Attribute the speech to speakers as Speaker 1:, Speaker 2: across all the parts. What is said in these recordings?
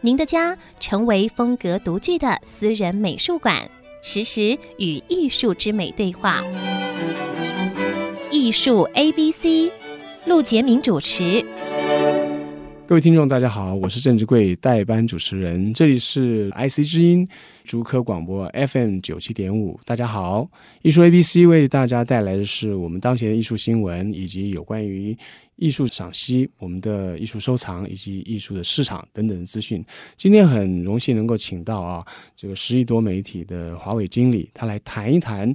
Speaker 1: 您的家成为风格独具的私人美术馆，实时与艺术之美对话。艺术 A B C，陆杰明主持。
Speaker 2: 各位听众，大家好，我是郑志贵，代班主持人，这里是 IC 之音竹科广播 FM 九七点五。大家好，艺术 ABC 为大家带来的是我们当前的艺术新闻，以及有关于艺术赏析、我们的艺术收藏以及艺术的市场等等的资讯。今天很荣幸能够请到啊，这个十亿多媒体的华为经理，他来谈一谈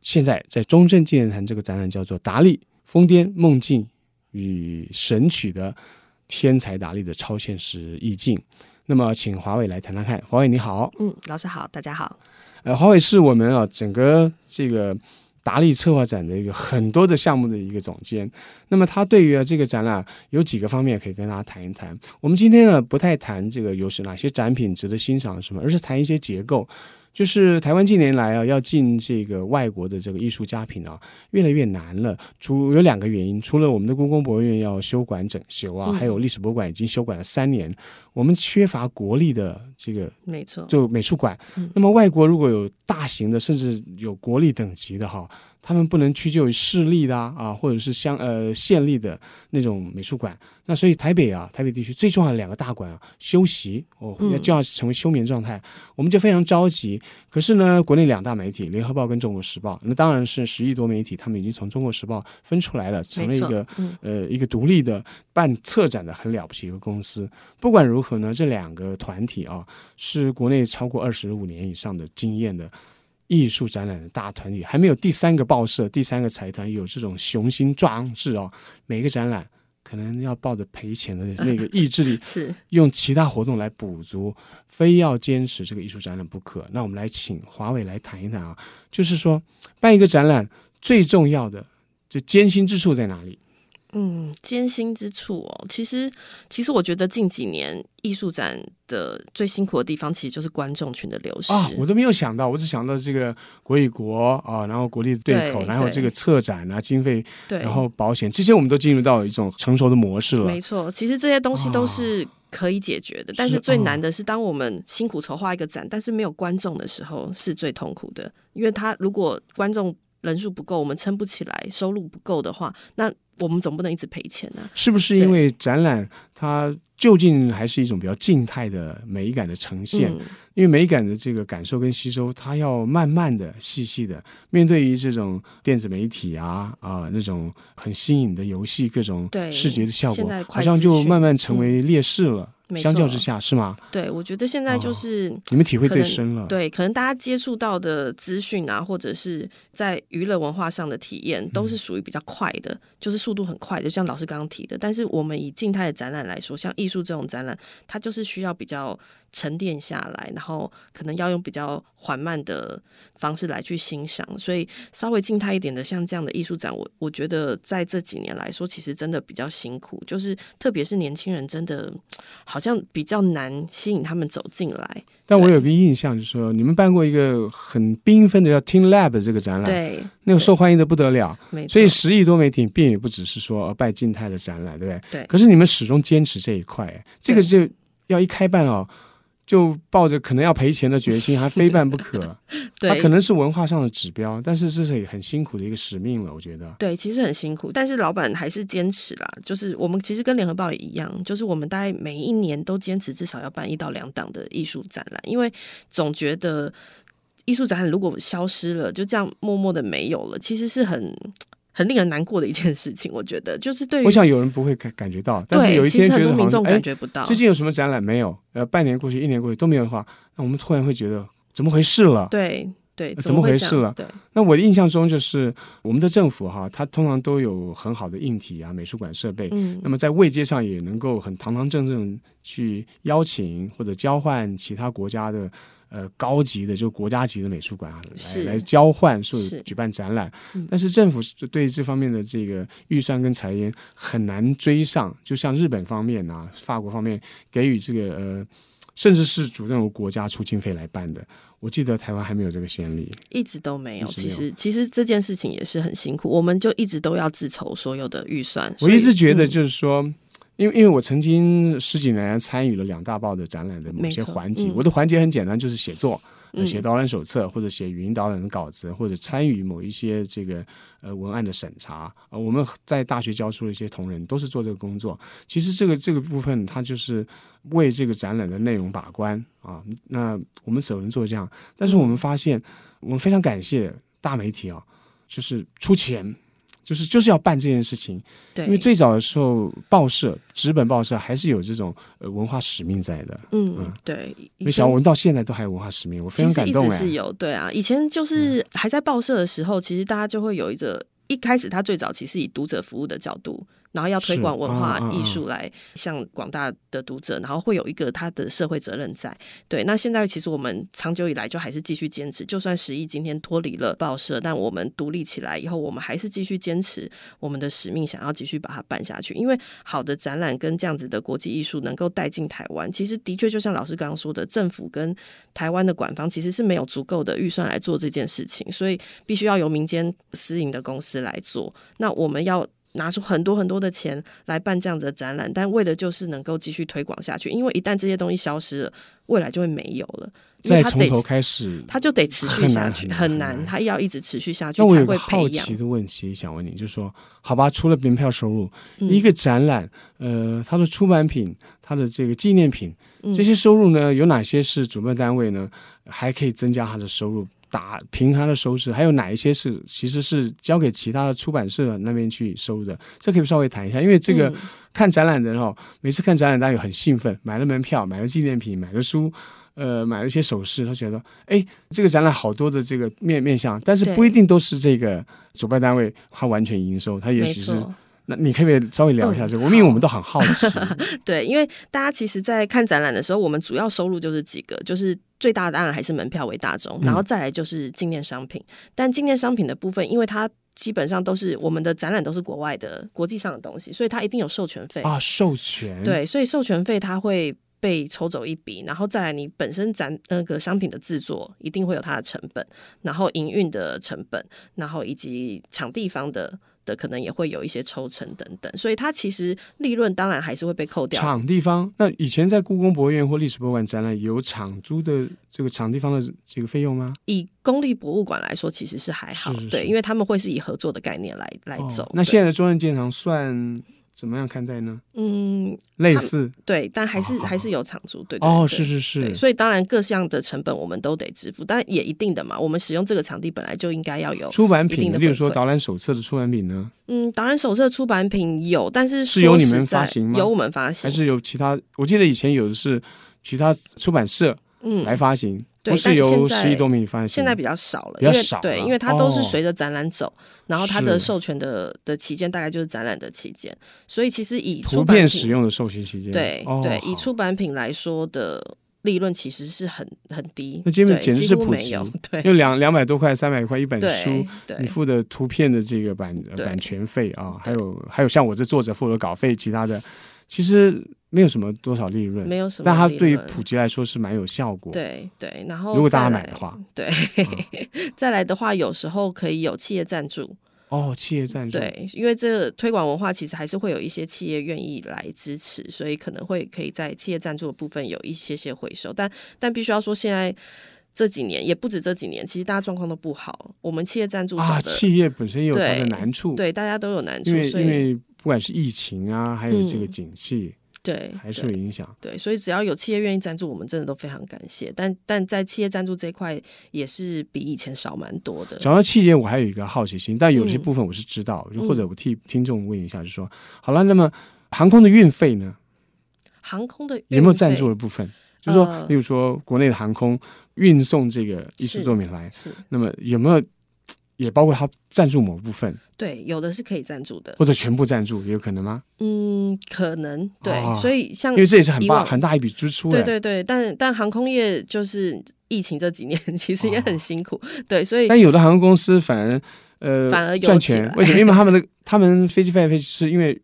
Speaker 2: 现在在中正纪念堂这个展览叫做《达利：疯癫、梦境与神曲》的。天才达利的超现实意境。那么，请华伟来谈谈看。华伟你好，
Speaker 3: 嗯，老师好，大家好。
Speaker 2: 呃，华伟是我们啊整个这个达利策划展的一个很多的项目的一个总监。那么，他对于、啊、这个展览有几个方面可以跟大家谈一谈。我们今天呢不太谈这个有是哪些展品值得欣赏什么，而是谈一些结构。就是台湾近年来啊，要进这个外国的这个艺术家品啊，越来越难了。除有两个原因，除了我们的故宫博物院要修馆整修啊，
Speaker 3: 嗯
Speaker 2: 还有历史博物馆已经修馆了三年，我们缺乏国力的这个
Speaker 3: 没错，
Speaker 2: 就美术馆
Speaker 3: 嗯。
Speaker 2: 那么外国如果有大型的，甚至有国力等级的哈，他们不能屈就于市立的啊，啊或者是乡呃县立的那种美术馆。那所以台北啊，台北地区最重要的两个大馆啊，休息哦
Speaker 3: 嗯，
Speaker 2: 就要成为休眠状态，我们就非常着急。可是呢，国内两大媒体《联合报》跟《中国时报》，那当然是十亿多媒体，他们已经从《中国时报》分出来了，成了
Speaker 3: 没
Speaker 2: 一
Speaker 3: 错
Speaker 2: 个，
Speaker 3: 嗯，，
Speaker 2: 呃一个独立的办策展的很了不起一个公司。不管如何呢，这两个团体啊，是国内超过二十五年以上的经验的艺术展览的大团体，还没有第三个报社、第三个财团有这种雄心壮志哦。每个展览可能要抱着赔钱的那个意志力
Speaker 3: 是
Speaker 2: 用其他活动来补足，非要坚持这个艺术展览不可。那我们来请华为来谈一谈啊，就是说办一个展览最重要的。就艰辛之处在哪里？
Speaker 3: 嗯，艰辛之处哦，其实其实我觉得近几年艺术展的最辛苦的地方，其实就是观众群的流失。
Speaker 2: 啊，我都没有想到，我只想到这个国与国啊，然后国力对口，
Speaker 3: 对
Speaker 2: 然后这个策展啊、经费，
Speaker 3: 对，
Speaker 2: 然后保险，这些我们都进入到一种成熟的模式了
Speaker 3: 没。错，其实这些东西
Speaker 2: 啊
Speaker 3: 都是可以解决的，但是最
Speaker 2: 嗯
Speaker 3: 难的是，当我们辛苦筹划一个展，但是没有观众的时候，是最痛苦的，因为他如果观众人数不够，我们撑不起来，收入不够的话，那我们总不能一直赔钱啊。
Speaker 2: 是不是因为展览它究竟还是一种比较静态的美感的呈现？
Speaker 3: 嗯，
Speaker 2: 因为美感的这个感受跟吸收，它要慢慢的、细细的。面对于这种电子媒体啊啊、那种很新颖的游戏，各种
Speaker 3: 对
Speaker 2: 视觉的效
Speaker 3: 现在
Speaker 2: 果，好
Speaker 3: 快
Speaker 2: 像
Speaker 3: 资
Speaker 2: 就
Speaker 3: 讯
Speaker 2: 慢慢成为劣势了。
Speaker 3: 没
Speaker 2: 相较
Speaker 3: 错
Speaker 2: 之下，是吗？
Speaker 3: 对，我觉得现在
Speaker 2: 哦
Speaker 3: 就是。
Speaker 2: 你们体会
Speaker 3: 可
Speaker 2: 最
Speaker 3: 能
Speaker 2: 深了。
Speaker 3: 对，可能大家接触到的资讯啊，或者是在娱乐文化上的体验，都
Speaker 2: 嗯
Speaker 3: 是属于比较快的，就是速度很快的，就像老师刚刚提的。但是我们以静态的展览来说，像艺术这种展览，它就是需要比较沉淀下来，然后可能要用比较缓慢的方式来去欣赏。所以稍微静态一点的，像这样的艺术展，我我觉得在这几年来说，其实真的比较辛苦，就是特别是年轻人，真的好像比较难吸引他们走进来。
Speaker 2: 但我
Speaker 3: 对
Speaker 2: 有个印象，就是说你们办过一个很缤纷的叫 Team Lab 的这个展览，
Speaker 3: 对，
Speaker 2: 那个受欢迎的不得了。
Speaker 3: 没
Speaker 2: 嗯
Speaker 3: 错。
Speaker 2: 所以十亿多媒体并也不只是说呃拜静态的展览，对不对？
Speaker 3: 对
Speaker 2: 可是你们始终坚持这一块，哎这个就要一开办哦，就抱着可能要赔钱的决 心，还非办不可。它
Speaker 3: 对，
Speaker 2: 可能是文化上的指标，但是这是很辛苦的一个使命了，我觉得。
Speaker 3: 对，其实很辛苦，但是老板还是坚持啦。就是我们其实跟联合报也一样，就是我们大概每一年都坚持至少要办一到两档的艺术展览，因为总觉得艺术展览如果消失了，就这样默默的没有了，其实是很很令人难过的一件事情。我觉得，就是对于
Speaker 2: 我想有人不会感感觉到，但是
Speaker 3: 对，
Speaker 2: 有一
Speaker 3: 其
Speaker 2: 天
Speaker 3: 实
Speaker 2: 觉
Speaker 3: 很多
Speaker 2: 得
Speaker 3: 民
Speaker 2: 好像
Speaker 3: 众
Speaker 2: 哎
Speaker 3: 感，觉不到，
Speaker 2: 最近有什么展览没有？呃，半年过去，一年过去都没有的话，那我们突然会觉得怎么回事了？
Speaker 3: 对。对，
Speaker 2: 怎
Speaker 3: 怎
Speaker 2: 么
Speaker 3: 会
Speaker 2: 回
Speaker 3: 这
Speaker 2: 事
Speaker 3: 样
Speaker 2: 了
Speaker 3: 对，
Speaker 2: 那我的印象中就是我们的政府哈，它通常都有很好的硬体啊、美术馆设备，
Speaker 3: 嗯
Speaker 2: 那么在位阶上也能够很堂堂正正去邀请或者交换其他国家的呃高级的就国家级的美术馆啊来
Speaker 3: 是
Speaker 2: 来交换，说
Speaker 3: 是
Speaker 2: 举办展览
Speaker 3: 嗯。
Speaker 2: 但是政府是对这方面的这个预算跟财源很难追上，就像日本方面啊、法国方面给予这个呃。甚至是主政国家出经费来办的，我记得台湾还没有这个先例。
Speaker 3: 一直都没有。
Speaker 2: 一直
Speaker 3: 其
Speaker 2: 没有
Speaker 3: 实其实这件事情也是很辛苦，我们就一直都要自筹所有的预算。
Speaker 2: 我
Speaker 3: 所以
Speaker 2: 一直觉得
Speaker 3: 嗯
Speaker 2: 就是说，因为因为我曾经十几年来参与了两大报的展览的某
Speaker 3: 没
Speaker 2: 些
Speaker 3: 错
Speaker 2: 环节，
Speaker 3: 嗯
Speaker 2: 我的环节很简单，就是写作。呃
Speaker 3: 嗯
Speaker 2: 写导览手册，或者写语音导览的稿子，或者参与某一些这个呃文案的审查、呃。我们在大学教书的一些同仁都是做这个工作。其实这个这个部分，它就是为这个展览的内容把关啊。那我们只能做这样，但是我们发现，我们非常感谢大媒体啊，就是出钱。就是就是要办这件事情，
Speaker 3: 对，
Speaker 2: 因为最早的时候，报社纸本报社还是有这种呃文化使命在的。
Speaker 3: 嗯
Speaker 2: 嗯
Speaker 3: 对，
Speaker 2: 没想到我们到现在都还有文化使命，我非
Speaker 3: 其
Speaker 2: 常
Speaker 3: 实
Speaker 2: 感
Speaker 3: 一
Speaker 2: 动嗯
Speaker 3: 直
Speaker 2: 哎、
Speaker 3: 是有，对啊，以前就是还在报社的时候，其实大家就会有一个一开始他最早其实以读者服务的角度，然后要推
Speaker 2: 是
Speaker 3: 广文
Speaker 2: 啊
Speaker 3: 化
Speaker 2: 啊啊
Speaker 3: 艺术来向广大的读者，然后会有一个他的社会责任在。对，那现在其实我们长久以来就还是继续坚持，就算十一今天脱离了报社，但我们独立起来以后，我们还是继续坚持我们的使命，想要继续把它办下去。因为好的展览跟这样子的国际艺术能够带进台湾，其实的确就像老师刚刚说的，政府跟台湾的馆方其实是没有足够的预算来做这件事情，所以必须要由民间私营的公司来做。那我们要。拿出很多很多的钱来办这样子的展览，但为的就是能够继续推广下去。因为一旦这些东西消失了，未来就会没有了。因
Speaker 2: 再
Speaker 3: 为它
Speaker 2: 从
Speaker 3: 得
Speaker 2: 头开始。
Speaker 3: 它就得持续
Speaker 2: 很
Speaker 3: 下
Speaker 2: 难
Speaker 3: 去，
Speaker 2: 很
Speaker 3: 很
Speaker 2: 难
Speaker 3: 难，它要一直持续下去
Speaker 2: 那我
Speaker 3: 才
Speaker 2: 有
Speaker 3: 会
Speaker 2: 个
Speaker 3: 培
Speaker 2: 好
Speaker 3: 养
Speaker 2: 奇。的问题想问你，就是说，好吧，除了门票收入，
Speaker 3: 嗯
Speaker 2: 一个展览，呃，它的出版品、它的这个纪念品，
Speaker 3: 嗯
Speaker 2: 这些收入呢，有哪些是主办单位呢？还可以增加它的收入，打平它的收支，还有哪一些是其实是交给其他的出版社那边去收的？这可以稍微谈一下，因为这个、
Speaker 3: 嗯
Speaker 2: 看展览的人哦，每次看展览，大家有很兴奋，买了门票，买了纪念品，买了书，呃，买了一些首饰，他觉得，哎，这个展览好多的这个面面向，但是
Speaker 3: 对
Speaker 2: 不一定都是这个主办单位他完全营收，他也
Speaker 3: 没
Speaker 2: 许是。
Speaker 3: 错，
Speaker 2: 那你可不可以稍微聊一下这个？
Speaker 3: 嗯
Speaker 2: 因为我们都很好奇，
Speaker 3: 对，因为大家其实，在看展览的时候，我们主要收入就是几个，就是最大的当然还是门票为大宗，然后再来就是纪念商品。但纪念商品的部分，因为它基本上都是我们的展览都是国外的国际上的东西，所以它一定有授权费。
Speaker 2: 啊，授权，
Speaker 3: 对，所以授权费它会被抽走一笔，然后再来你本身展那个商品的制作一定会有它的成本，然后营运的成本，然后以及场地方的。的可能也会有一些抽成等等，所以它其实利润当然还是会被扣掉。
Speaker 2: 场地方。那以前在故宫博物院或历史博物馆展览有场租的这个场地方的这个费用吗？
Speaker 3: 以公立博物馆来说，其实是还好，
Speaker 2: 是是
Speaker 3: 对，
Speaker 2: 是
Speaker 3: 因为他们会是以合作的概念来来走。
Speaker 2: 哦那
Speaker 3: 对
Speaker 2: 现在的中正纪念堂算怎么样看待呢？
Speaker 3: 嗯，
Speaker 2: 类似
Speaker 3: 对，但还是、
Speaker 2: 哦
Speaker 3: 还是有场租，对对
Speaker 2: 哦，
Speaker 3: 对
Speaker 2: 是是是
Speaker 3: 对，，所以当然各项的成本我们都得支付，但也一定的嘛，我们使用这个场地本来就应该要有。
Speaker 2: 出版
Speaker 3: 一定
Speaker 2: 品，
Speaker 3: 的
Speaker 2: 例如说
Speaker 3: 回馈
Speaker 2: 导览手册的出版品呢，
Speaker 3: 嗯，导演手册出版品有，但是
Speaker 2: 是
Speaker 3: 说
Speaker 2: 由你
Speaker 3: 实
Speaker 2: 们
Speaker 3: 在
Speaker 2: 发行吗
Speaker 3: 由我们发行，
Speaker 2: 还是有其他？我记得以前有的是其他出版社
Speaker 3: 嗯
Speaker 2: 来发行，
Speaker 3: 对
Speaker 2: 不是由
Speaker 3: 但现在
Speaker 2: 十一多米发行。
Speaker 3: 现在比较少了，
Speaker 2: 比较
Speaker 3: 因为
Speaker 2: 少
Speaker 3: 对，
Speaker 2: 了
Speaker 3: 因为它都是
Speaker 2: 哦
Speaker 3: 随着展览走，然后它的
Speaker 2: 是
Speaker 3: 授权的的期间大概就是展览的期间，所以其实以
Speaker 2: 图
Speaker 3: 出版
Speaker 2: 片
Speaker 3: 品
Speaker 2: 使用的授权期间，
Speaker 3: 对、
Speaker 2: 哦
Speaker 3: 对，
Speaker 2: 好
Speaker 3: 以出版品来说的利润其实是很很低，
Speaker 2: 那基本
Speaker 3: 对
Speaker 2: 简直
Speaker 3: 几
Speaker 2: 是
Speaker 3: 乎
Speaker 2: 普
Speaker 3: 没
Speaker 2: 及
Speaker 3: 有， 对
Speaker 2: 因为两两百多块、三百块一本书
Speaker 3: 对，
Speaker 2: 你
Speaker 3: 对
Speaker 2: 付的图片的这个版呃
Speaker 3: 对
Speaker 2: 版权费啊，还
Speaker 3: 对
Speaker 2: 有还有像我这作者付的稿费，其他的其实没有什么多少利润，
Speaker 3: 没有什么利润，
Speaker 2: 但它对于普及来说是蛮有效果。，
Speaker 3: 对对，然后
Speaker 2: 如果大家
Speaker 3: 再
Speaker 2: 买
Speaker 3: 来
Speaker 2: 的，话，
Speaker 3: 对，再来的话，有时候可以有企业赞助，
Speaker 2: 哦，企业赞助，
Speaker 3: 对，因为这推广文化其实还是会有一些企业愿意来支持，所以可能会可以在企业赞助的部分有一些些回收，但但必须要说，现在这几年也不止这几年，其实大家状况都不好，我们企业赞助找的、
Speaker 2: 啊，企业本身也有它的
Speaker 3: 对
Speaker 2: 难处，
Speaker 3: 对大家都有难处
Speaker 2: 因为，
Speaker 3: 所
Speaker 2: 因
Speaker 3: 以
Speaker 2: 为不管是疫情啊，还有这个
Speaker 3: 嗯
Speaker 2: 景气，
Speaker 3: 对
Speaker 2: 还是有
Speaker 3: 对
Speaker 2: 影响。
Speaker 3: 对，所以只要有企业愿意赞助，我们真的都非常感谢。但但在企业赞助这一块，也是比以前少蛮多的。
Speaker 2: 讲到企业，我还有一个好奇心，但有些
Speaker 3: 嗯
Speaker 2: 部分我是知道，就
Speaker 3: 嗯
Speaker 2: 或者我替听众问一下，就说好了，那么航空的运费呢，
Speaker 3: 航空的
Speaker 2: 有没有
Speaker 3: 运
Speaker 2: 赞
Speaker 3: 费
Speaker 2: 助的部分？就是说，
Speaker 3: 呃
Speaker 2: 例如说国内的航空，运送这个艺术
Speaker 3: 是
Speaker 2: 作品来。
Speaker 3: 是
Speaker 2: 那么有没有也包括他赞助某部分，
Speaker 3: 对，有的是可以赞助的，
Speaker 2: 或者全部赞助，也有可能吗？
Speaker 3: 嗯，可能对，
Speaker 2: 哦
Speaker 3: 所以像
Speaker 2: 因为这也是很
Speaker 3: 以
Speaker 2: 大
Speaker 3: 往
Speaker 2: 很大一笔支出。
Speaker 3: 对
Speaker 2: 哎，
Speaker 3: 对对，但但航空业就是疫情这几年 其实也很辛苦，对，所以
Speaker 2: 哦但有的航空公司反而呃
Speaker 3: 反而有
Speaker 2: 赚
Speaker 3: 起
Speaker 2: 钱
Speaker 3: 来，
Speaker 2: 为什么？因为他们的他们飞机飞来飞去是因为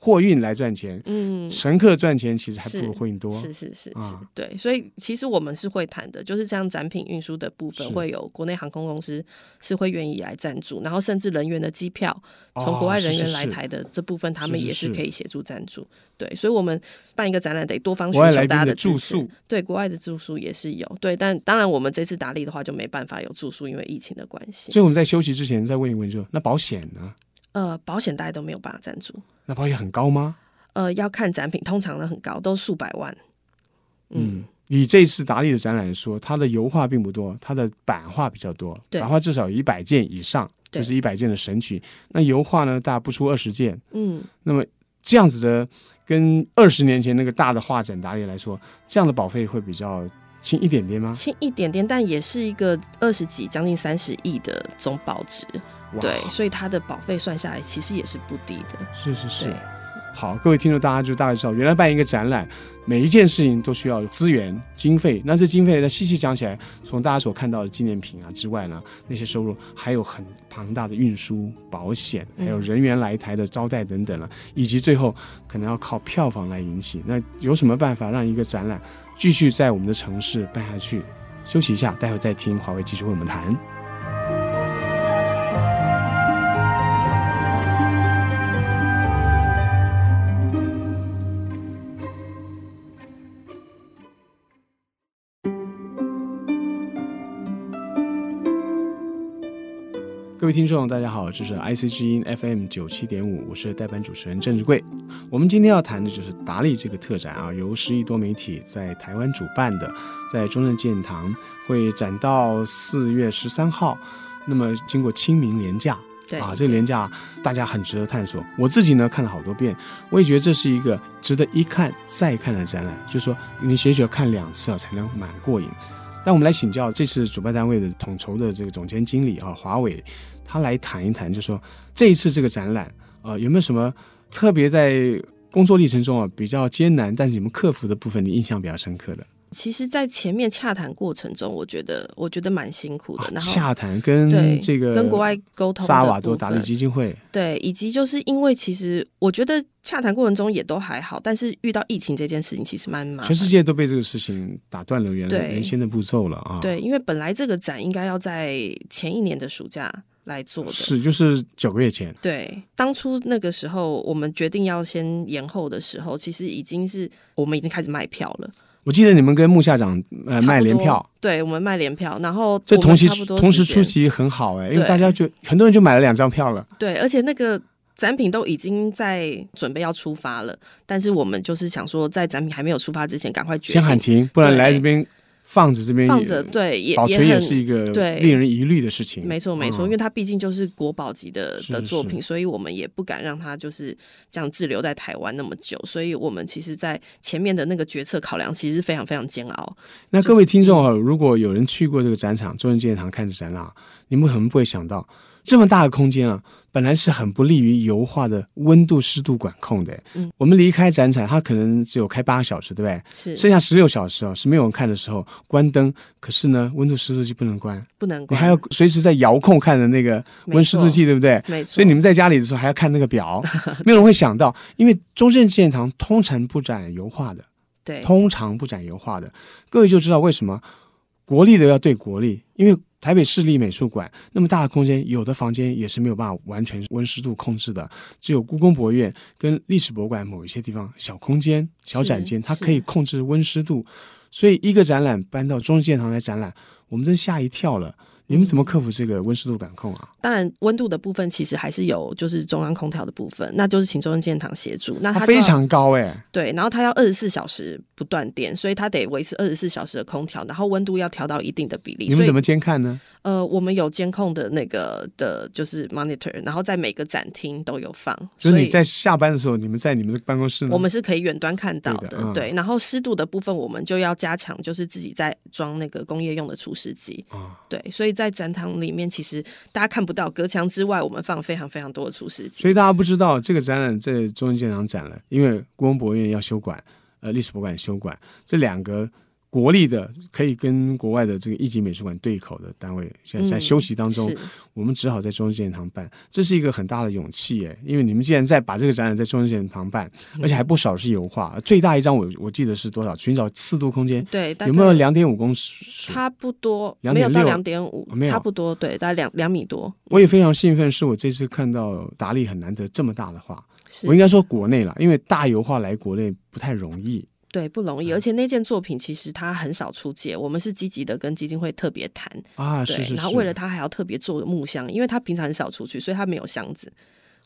Speaker 2: 货运来赚钱，
Speaker 3: 嗯。
Speaker 2: 乘客赚钱其实还
Speaker 3: 是
Speaker 2: 不如货运多。
Speaker 3: 是是是是
Speaker 2: 啊，
Speaker 3: 对，所以其实我们是会谈的，就是像展品运输的部分，
Speaker 2: 是
Speaker 3: 会有国内航空公司是会愿意来赞助，然后甚至人员的机票，从国外人员来
Speaker 2: 哦台。是是
Speaker 3: 台的这部分，他
Speaker 2: 是
Speaker 3: 们
Speaker 2: 是
Speaker 3: 也是
Speaker 2: 是
Speaker 3: 可以协助赞助。对，所以我们办一个展览得多方寻
Speaker 2: 国外
Speaker 3: 求
Speaker 2: 来
Speaker 3: 大
Speaker 2: 宾
Speaker 3: 家
Speaker 2: 的
Speaker 3: 支
Speaker 2: 住
Speaker 3: 持
Speaker 2: 宿，
Speaker 3: 对，国外的住宿也是有。对，但当然我们这次达利的话就没办法有住宿，因为疫情的关系
Speaker 2: 所。以我们在休息之前再问一问，就那保险呢？
Speaker 3: 呃，保险大家都没有办法赞助，
Speaker 2: 那保险很高吗？
Speaker 3: 呃，要看展品，通常呢很高，都数百万。嗯，
Speaker 2: 嗯，以这次达利的展览说，它的油画并不多，它的版画比较多，
Speaker 3: 对
Speaker 2: 版画至少一百件以上，
Speaker 3: 对
Speaker 2: 就是一百件的神曲。那油画呢，大不出二十件。
Speaker 3: 嗯，
Speaker 2: 那么这样子的，跟二十年前那个大的画展达利来说，这样的保费会比较轻一点点吗？
Speaker 3: 轻一点点，但也是一个二十几，将近三十亿的总保值。
Speaker 2: 哇
Speaker 3: 对，所以它的保费算下来其实也是不低的。
Speaker 2: 是是是
Speaker 3: 对。，
Speaker 2: 好，各位听众，大家就大概知道，原来办一个展览，每一件事情都需要资源、经费。那这经费呢，细细讲起来，从大家所看到的纪念品啊之外呢，那些收入还有很庞大的运输、保险，还有人员来台的招待等等了、以及最后可能要靠票房来引起。那有什么办法让一个展览继续在我们的城市办下去？休息一下，待会再听华为继续为我们谈。各位听众，大家好，这是 IC 之音 FM 九七点五，我是代班主持人郑志贵。我们今天要谈的就是达利这个特展啊，由十亿多媒体在台湾主办的，在中正纪念堂会展到四月十三号。那么经过清明连假
Speaker 3: 对
Speaker 2: 啊，这个廉价大家很值得探索。我自己呢看了好多遍，我也觉得这是一个值得一看再看的展览，就是说你也许要看两次啊才能蛮过瘾。那我们来请教这次主办单位的统筹的这个总监经理啊，华伟，他来谈一谈，就说这一次这个展览，呃，有没有什么特别在工作历程中啊比较艰难，但是你们克服的部分，你印象比较深刻的？
Speaker 3: 其实，在前面洽谈过程中，我觉得我觉得蛮辛苦的。
Speaker 2: 啊
Speaker 3: 然后
Speaker 2: 洽谈跟
Speaker 3: 对
Speaker 2: 这个
Speaker 3: 跟国外沟通的
Speaker 2: 萨尔瓦多
Speaker 3: 部分
Speaker 2: 达利基金会，
Speaker 3: 对，以及就是因为其实我觉得洽谈过程中也都还好，但是遇到疫情这件事情其实蛮麻烦。
Speaker 2: 全世界都被这个事情打断了原
Speaker 3: 对
Speaker 2: 原先的步骤了啊。，
Speaker 3: 对，因为本来这个展应该要在前一年的暑假来做的。
Speaker 2: 是就是九个月前，
Speaker 3: 对，当初那个时候我们决定要先延后的时候，其实已经是我们已经开始卖票了，
Speaker 2: 我记得你们跟穆校长呃
Speaker 3: 差不
Speaker 2: 卖联
Speaker 3: 多
Speaker 2: 票。。
Speaker 3: 对，我们卖联票，然后
Speaker 2: 这
Speaker 3: 我们
Speaker 2: 同时
Speaker 3: 差不多
Speaker 2: 同时出
Speaker 3: 间
Speaker 2: 席很好哎、因为
Speaker 3: 对
Speaker 2: 大家就很多人就买了两张票了，
Speaker 3: 对，而且那个展品都已经在准备要出发了，但是我们就是想说，在展品还没有出发之前，赶快决
Speaker 2: 先喊
Speaker 3: 定
Speaker 2: 停，不然
Speaker 3: 对
Speaker 2: 来这边放着这边
Speaker 3: 放
Speaker 2: 也
Speaker 3: 着，对，也
Speaker 2: 保存
Speaker 3: 也
Speaker 2: 也
Speaker 3: 很
Speaker 2: 是一个
Speaker 3: 对
Speaker 2: 令人疑虑的事情。
Speaker 3: 没错没
Speaker 2: 嗯
Speaker 3: 错，因为它毕竟就是国宝级的
Speaker 2: 是
Speaker 3: 的作品，
Speaker 2: 是
Speaker 3: 所以我们也不敢让它就是这样滞留在台湾那么久，所以我们其实，在前面的那个决策考量，其实非常非常煎熬。
Speaker 2: 那
Speaker 3: 就
Speaker 2: 各位
Speaker 3: 是嗯
Speaker 2: 听众啊，如果有人去过这个展场中正纪念堂看这展览，啊你们可能不会想到，这么大的空间啊，本来是很不利于油画的温度湿度管控的。
Speaker 3: 嗯，
Speaker 2: 我们离开展场，它可能只有开八个小时，对不对？
Speaker 3: 是
Speaker 2: 剩下十六小时啊是没有人看的时候关灯，可是呢温度湿度计不能关，
Speaker 3: 不能
Speaker 2: 你
Speaker 3: 关，
Speaker 2: 还要随时在遥控看的那个温湿度计，对不对？
Speaker 3: 没错，
Speaker 2: 所以你们在家里的时候还要看那个 表，没有人会想到，因为中正纪念堂通常不展油画的，
Speaker 3: 对
Speaker 2: 通常不展油画的，各位就知道为什么国立的要对国立，因为台北市立美术馆那么大的空间，有的房间也是没有办法完全温湿度控制的，只有故宫博物院跟历史博物馆某一些地方小空间、小展间，
Speaker 3: 是
Speaker 2: 它可以控制温湿度，所以一个展览搬到中正纪念堂来展览，我们真吓一跳了。你们怎么克服这个温湿度感控啊？
Speaker 3: 当然，温度的部分其实还是有，就是中央空调的部分，那就是请中央纪念堂协助。那
Speaker 2: 它
Speaker 3: 嗯啊它
Speaker 2: 非
Speaker 3: 就要
Speaker 2: 常高哎、
Speaker 3: 对，然后它要二十四小时不断电，所以它得维持二十四小时的空调，然后温度要调到一定的比例。
Speaker 2: 你们
Speaker 3: 所以
Speaker 2: 怎么监看呢？
Speaker 3: 呃，我们有监控的那个的，就是 monitor，然后在每个展厅都有放，
Speaker 2: 就是
Speaker 3: 所
Speaker 2: 你
Speaker 3: 以
Speaker 2: 在下班的时候，你们在你们的办公室呢？
Speaker 3: 我们是可以远端看到
Speaker 2: 对
Speaker 3: 的。
Speaker 2: 的嗯
Speaker 3: 对，然后湿度的部分我们就要加强，就是自己在装那个工业用的除湿机。
Speaker 2: 啊，
Speaker 3: 对，所以在展堂里面，其实大家看不到隔墙之外，我们放非常非常多的除湿机。
Speaker 2: 所以大家不知道这个展览在中央纪念堂展了，因为故宫博物院要修馆，呃，历史博物馆修馆，这两个国立的可以跟国外的这个一级美术馆对口的单位，现在在
Speaker 3: 嗯
Speaker 2: 休息当中，
Speaker 3: 是
Speaker 2: 我们只好在中央纪念堂办，这是一个很大的勇气耶，因为你们既然在把这个展览在中央纪念堂办，而且还不少是油画，最大一张我我记得是多少？寻找四度空间，
Speaker 3: 对，大
Speaker 2: 有没有
Speaker 3: 概
Speaker 2: 两点五公尺？
Speaker 3: 差不多
Speaker 2: 2.6
Speaker 3: 没有到两点五
Speaker 2: 哦没，有
Speaker 3: 差不多对，大概两两米多。
Speaker 2: 我也非常兴奋，是我这次看到达利很难得这么大的画，
Speaker 3: 是
Speaker 2: 我应该说国内了，因为大油画来国内不太容易。
Speaker 3: 对不容易，
Speaker 2: 嗯
Speaker 3: 而且那件作品其实它很少出借，我们是积极的跟基金会特别谈，
Speaker 2: 啊，
Speaker 3: 对，
Speaker 2: 是是是。
Speaker 3: 然后为了它还要特别做木箱，因为它平常很少出去，所以它没有箱子。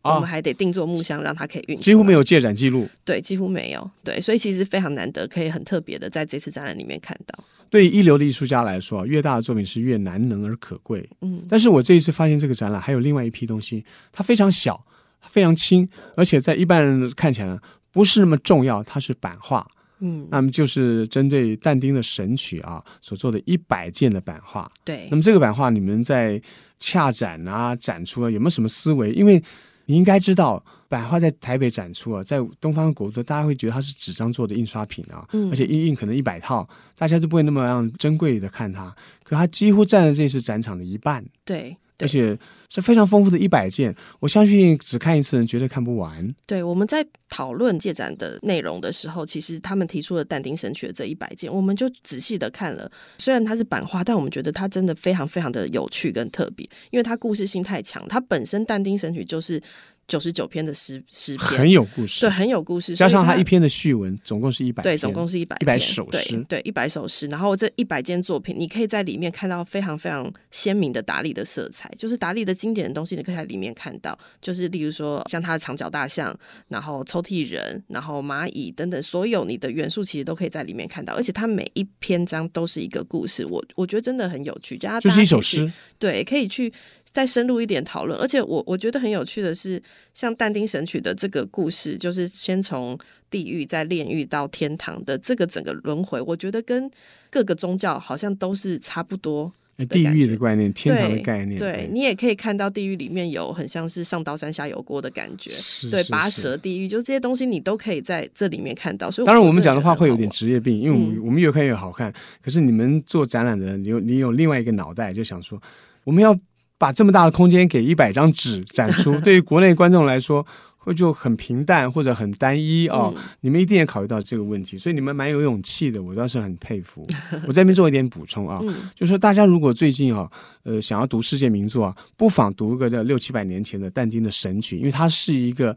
Speaker 2: 啊
Speaker 3: 我们还得定做木箱，让它可以运出来。
Speaker 2: 几乎没有借展记录，
Speaker 3: 对，几乎没有，对，所以其实非常难得，可以很特别的在这次展览里面看到。
Speaker 2: 对于一流的艺术家来说，越大的作品是越难能而可贵。
Speaker 3: 嗯，
Speaker 2: 但是我这一次发现这个展览还有另外一批东西，它非常小，非常轻，而且在一般人看起来不是那么重要，它是版画。
Speaker 3: 嗯，
Speaker 2: 那么就是针对但丁的《神曲》啊所做的一百件的版画。
Speaker 3: 对
Speaker 2: 那，么这个版画你们在洽展啊、展出啊，有没有什么思维？因为你应该知道，版画在台北展出啊，在东方国都，大家会觉得它是纸张做的印刷品啊，
Speaker 3: 嗯
Speaker 2: 而且一印可能一百套，大家就不会那么样珍贵的看它。可它几乎占了这次展场的一半，
Speaker 3: 对，
Speaker 2: 而
Speaker 3: 对，
Speaker 2: 且是非常丰富的一百件。我相信只看一次人绝对看不完。
Speaker 3: 对。我们在讨论借展的内容的时候，其实他们提出了但丁《神曲》的这一百件，我们就仔细的看了。虽然它是版画，但我们觉得它真的非常非常的有趣跟特别，因为它故事性太强。它本身《但丁神曲》就是九十九篇的诗诗
Speaker 2: 很
Speaker 3: 篇，
Speaker 2: 有故事，
Speaker 3: 对，很有故事。
Speaker 2: 加上
Speaker 3: 所
Speaker 2: 它
Speaker 3: 以
Speaker 2: 一篇的序文，总共是一百，
Speaker 3: 对，总共是一百
Speaker 2: 100首诗
Speaker 3: 对，一百首诗。然后这一百件作品，你可以在里面看到非常非常鲜明的达利的色彩，就是达利的经典的东西，你可以在里面看到，就是例如说像他的长角大象，然后抽屉人，然后蚂蚁等等，所有你的元素其实都可以在里面看到，而且它每一篇章都是一个故事，我我觉得真的很有趣，大家
Speaker 2: 就是一首，
Speaker 3: 大家可
Speaker 2: 诗
Speaker 3: 以去。对，可以去再深入一点讨论。而且我我觉得很有趣的是，像但丁《神曲》的这个故事，就是先从地狱再炼狱到天堂的这个整个轮回，我觉得跟各个宗教好像都是差不多。
Speaker 2: 地狱的
Speaker 3: 感觉
Speaker 2: 概念，天堂的
Speaker 3: 对
Speaker 2: 概念，
Speaker 3: 对你也可以看到地狱里面有很像是上刀山下油锅的感觉。
Speaker 2: 是
Speaker 3: 对，
Speaker 2: 是
Speaker 3: 拔
Speaker 2: 是
Speaker 3: 舌地狱，就这些东西你都可以在这里面看到。所以
Speaker 2: 当然，我
Speaker 3: 真
Speaker 2: 们
Speaker 3: 的
Speaker 2: 讲的
Speaker 3: 觉得
Speaker 2: 话
Speaker 3: 很
Speaker 2: 会有
Speaker 3: 好
Speaker 2: 点
Speaker 3: 玩
Speaker 2: 职业病，因为我们、
Speaker 3: 嗯
Speaker 2: 我们越看越好看。可是你们做展览的人，你有你有另外一个脑袋，就想说，我们要把这么大的空间给一百张纸展 出，对于国内观众来说，会就很平淡或者很单一哦。
Speaker 3: 嗯
Speaker 2: 你们一定也考虑到这个问题，所以你们蛮有勇气的，我倒是很佩服。我这边做一点补充啊，
Speaker 3: 嗯
Speaker 2: 就说大家如果最近啊，呃，想要读世界名作啊，不妨读个这六七百年前的但丁的《神曲》，因为它是一个，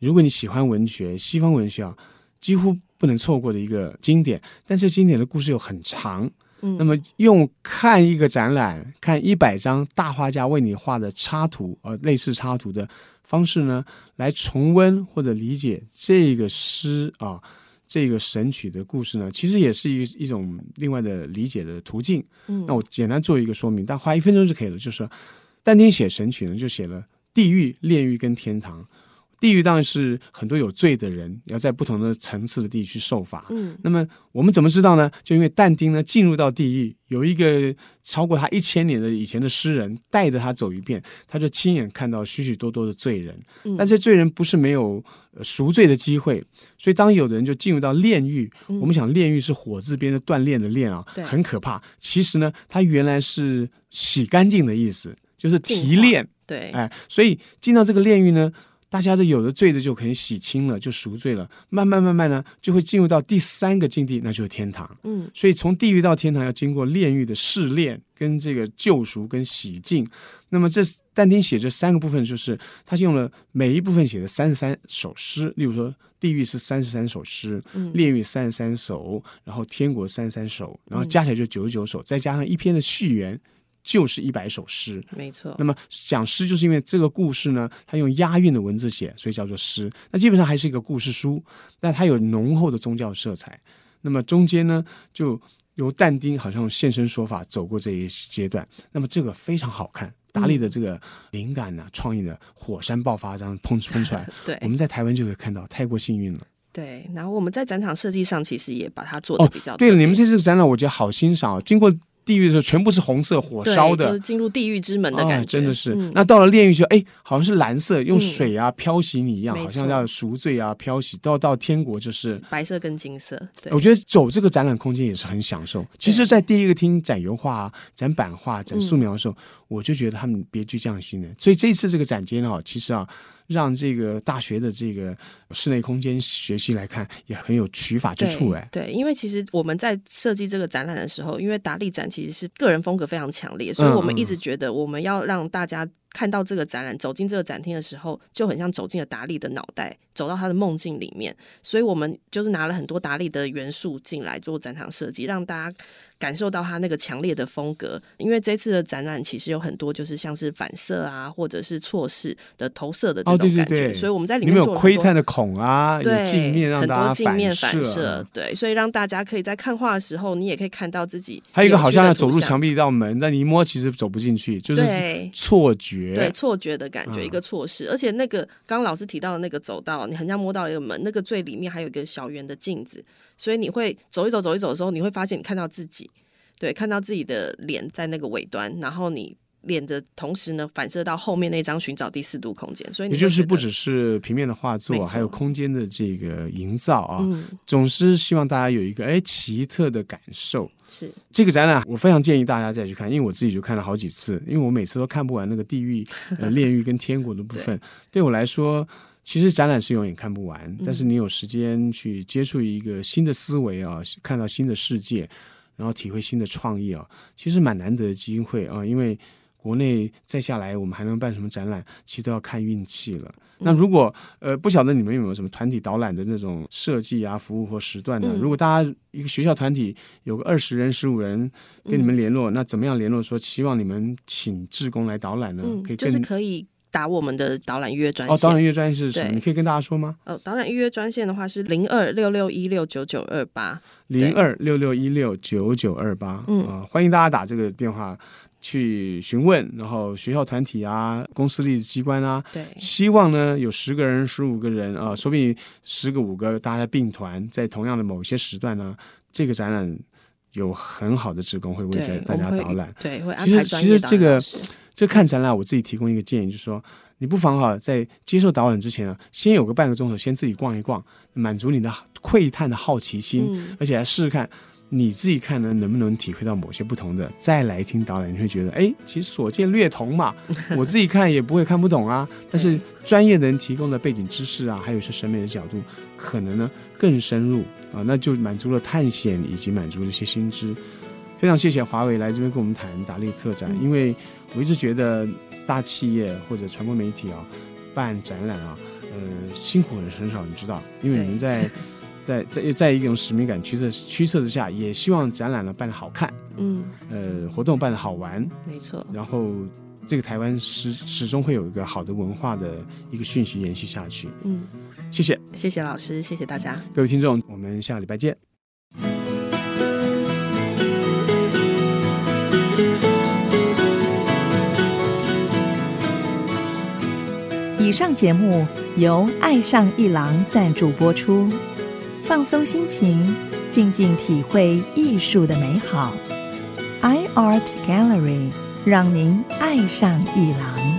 Speaker 2: 如果你喜欢文学、西方文学啊，几乎不能错过的一个经典。但这经典的故事又很长，
Speaker 3: 嗯，
Speaker 2: 那么用看一个展览，看一百张大画家为你画的插图，呃，类似插图的方式呢，来重温或者理解这个诗啊，这个神曲的故事呢，其实也是一一种另外的理解的途径。
Speaker 3: 嗯
Speaker 2: 那我简单做一个说明，但花一分钟就可以了。就是但丁写《神曲》呢，就写了地狱、炼狱跟天堂。地狱当然是很多有罪的人要在不同的层次的地区受罚。
Speaker 3: 嗯
Speaker 2: 那么我们怎么知道呢？就因为但丁呢进入到地狱，有一个超过他一千年的以前的诗人带着他走一遍，他就亲眼看到许许多多的罪人。
Speaker 3: 嗯
Speaker 2: 但这罪人不是没有呃赎罪的机会，所以当有的人就进入到炼狱，
Speaker 3: 嗯
Speaker 2: 我们想炼狱是火字边的锻炼的炼啊
Speaker 3: 对，
Speaker 2: 很可怕。其实呢，它原来是洗干净的意思，就是提
Speaker 3: 净化
Speaker 2: 炼。
Speaker 3: 对，
Speaker 2: 哎，所以进到这个炼狱呢，大家的有的罪的就可以洗清了，就赎罪了。慢慢慢慢呢，就会进入到第三个境地，那就是天堂。
Speaker 3: 嗯
Speaker 2: 所以从地狱到天堂要经过炼狱的试炼、跟这个救赎、跟洗净。那么这但丁写这三个部分，就是他用了每一部分写的三十三首诗，例如说地狱是三十三首诗，
Speaker 3: 嗯
Speaker 2: 炼狱三十三首，然后天国三十三首，然后加起来就九十九首，再加上一篇的序言。就是一百首诗。
Speaker 3: 没错
Speaker 2: 那，么讲诗，就是因为这个故事呢，它用押韵的文字写，所以叫做诗。那基本上还是一个故事书，那它有浓厚的宗教色彩。那么中间呢，就由但丁好像用现身说法走过这一阶段。那么这个非常好看，达
Speaker 3: 嗯
Speaker 2: 利的这个灵感呢、创意呢，火山爆发这样砰喷 出来。
Speaker 3: 对
Speaker 2: 我们在台湾就可以看到，太过幸运了。
Speaker 3: 对。然后我们在展场设计上其实也把它做的
Speaker 2: 哦
Speaker 3: 比较，
Speaker 2: 对了，
Speaker 3: 特
Speaker 2: 你们这
Speaker 3: 别
Speaker 2: 次的展览我觉得好欣赏啊，经过地狱的时候，全部是红色火
Speaker 3: 对
Speaker 2: 烧的，
Speaker 3: 就是进入地狱之门的感
Speaker 2: 啊
Speaker 3: 觉，
Speaker 2: 真的是。
Speaker 3: 嗯
Speaker 2: 那到了炼狱就哎，好像是蓝色，用
Speaker 3: 嗯
Speaker 2: 水啊、漂洗你一样，
Speaker 3: 没
Speaker 2: 好像
Speaker 3: 错
Speaker 2: 要赎罪啊、漂洗。到到天国就是，
Speaker 3: 白色跟金色，对
Speaker 2: 我，觉得走这个展览空间也是很享受。其实，在第一个厅展油画、啊、展版画、展
Speaker 3: 嗯
Speaker 2: 素描的时候，我就觉得他们别具匠心了。所以这一次这个展间啊，其实啊，让这个大学的这个室内空间学习来看，也很有取法之
Speaker 3: 对
Speaker 2: 处哎。
Speaker 3: 对，因为其实我们在设计这个展览的时候，因为达利展其实是个人风格非常强烈，
Speaker 2: 嗯
Speaker 3: 所以我们一直觉得我们要让大家看到这个展览，走进这个展厅的时候，就很像走进了达利的脑袋，走到他的梦境里面。所以我们就是拿了很多达利的元素进来做展场设计，让大家。感受到他那个强烈的风格，因为这次的展览其实有很多就是像是反射啊，或者是错视的投射的
Speaker 2: 哦对
Speaker 3: 这种
Speaker 2: 对
Speaker 3: 感觉，
Speaker 2: 对
Speaker 3: 所以我们在里
Speaker 2: 你
Speaker 3: 面
Speaker 2: 们
Speaker 3: 做
Speaker 2: 有
Speaker 3: 了很
Speaker 2: 窥
Speaker 3: 多
Speaker 2: 探的孔啊，有
Speaker 3: 对，
Speaker 2: 镜面让
Speaker 3: 很
Speaker 2: 大
Speaker 3: 多
Speaker 2: 家
Speaker 3: 镜面
Speaker 2: 反
Speaker 3: 反
Speaker 2: 射，啊
Speaker 3: 对，所以让大家可以在看画的时候，你也可以看到自己。
Speaker 2: 还有一个好像要走入墙，壁一道门，但你一摸其实走不进去，就是
Speaker 3: 对
Speaker 2: 错觉。
Speaker 3: 对，错觉的感觉，
Speaker 2: 嗯
Speaker 3: 一个错视。而且那个刚刚老师提到的那个走道，你很像摸到一个门，那个最里面还有一个小圆的镜子，所以你会走一走走一走的时候，你会发现你看到自己，对，看到自己的脸在那个尾端，然后你。脸的同时呢，反射到后面那张寻找第四度空间，所以你
Speaker 2: 也
Speaker 3: 会
Speaker 2: 就是
Speaker 3: 觉
Speaker 2: 不
Speaker 3: 得
Speaker 2: 只是平面的画
Speaker 3: 没
Speaker 2: 作，
Speaker 3: 错
Speaker 2: 还有空间的这个营造啊，
Speaker 3: 嗯
Speaker 2: 总是希望大家有一个哎奇特的感受。
Speaker 3: 是
Speaker 2: 这个展览我非常建议大家再去看，因为我自己就看了好几次，因为我每次都看不完那个地狱、呃炼狱跟天国的部分。对我来说，其实展览是永远看不完，但是你有时间去接触一个新的思维啊，看到新的世界，然后体会新的创意啊，其实蛮难得的机会啊，因为。国内再下来，我们还能办什么展览？其实都要看运气了。
Speaker 3: 嗯
Speaker 2: 那如果呃，不晓得你们有没有什么团体导览的那种设计啊、服务或时段呢？
Speaker 3: 嗯
Speaker 2: 如果大家一个学校团体有个二十人、十五人跟
Speaker 3: 嗯
Speaker 2: 你们联络，那怎么样联络说希望你们请志工来导览呢？
Speaker 3: 嗯
Speaker 2: 可以，跟、
Speaker 3: 就是可以打我们的导览预约专
Speaker 2: 哦，
Speaker 3: 线
Speaker 2: 导览乐专是什么？
Speaker 3: 对
Speaker 2: 你可以跟大家说吗？
Speaker 3: 哦，导览预约专线的话是零二六六一六九九二八。对
Speaker 2: 零二六六一六九九二八，
Speaker 3: 嗯
Speaker 2: 啊，欢迎大家打这个电话去询问，然后学校团体啊、公司立机关啊，
Speaker 3: 对，
Speaker 2: 希望呢有十个人、十五个人啊、说不定十个五个大家并团，在同样的某些时段呢，这个展览有很好的职工会为
Speaker 3: 对，
Speaker 2: 大家导览。，
Speaker 3: 对，会安
Speaker 2: 其实
Speaker 3: 排专业
Speaker 2: 其实
Speaker 3: 导
Speaker 2: 这
Speaker 3: 览
Speaker 2: 个
Speaker 3: 老师。
Speaker 2: 这看展览，我自己提供一个建议，就是说，你不妨哈在接受导览之前啊，先有个半个钟头，先自己逛一逛，满足你的窥探的好奇心，
Speaker 3: 嗯，
Speaker 2: 而且来试试看你自己看呢能不能体会到某些不同的，再来听导览，你会觉得，哎，其实所见略同嘛，我自己看也不会看不懂啊，但是专业的人提供的背景知识啊，还有一些审美的角度，可能呢更深入啊，那就满足了探险以及满足了一些新知。非常谢谢华为来这边跟我们谈达利特展，
Speaker 3: 嗯
Speaker 2: 因为我一直觉得大企业或者传播媒体啊办展览啊，呃辛苦很很少，你知道，因为
Speaker 3: 对
Speaker 2: 你们在 在在在一种使命感驱策驱策之下，也希望展览呢办得好看，
Speaker 3: 嗯，
Speaker 2: 呃活动办得好玩，
Speaker 3: 没错，
Speaker 2: 然后这个台湾始始终会有一个好的文化的一个讯息延续下去。
Speaker 3: 嗯，
Speaker 2: 谢谢
Speaker 3: 谢谢老师，谢谢大家。
Speaker 2: 各位听众，我们下礼拜见。
Speaker 4: 以上节目由爱上一郎赞助播出，放松心情，静静体会艺术的美好。iArt Gallery 让您爱上一郎。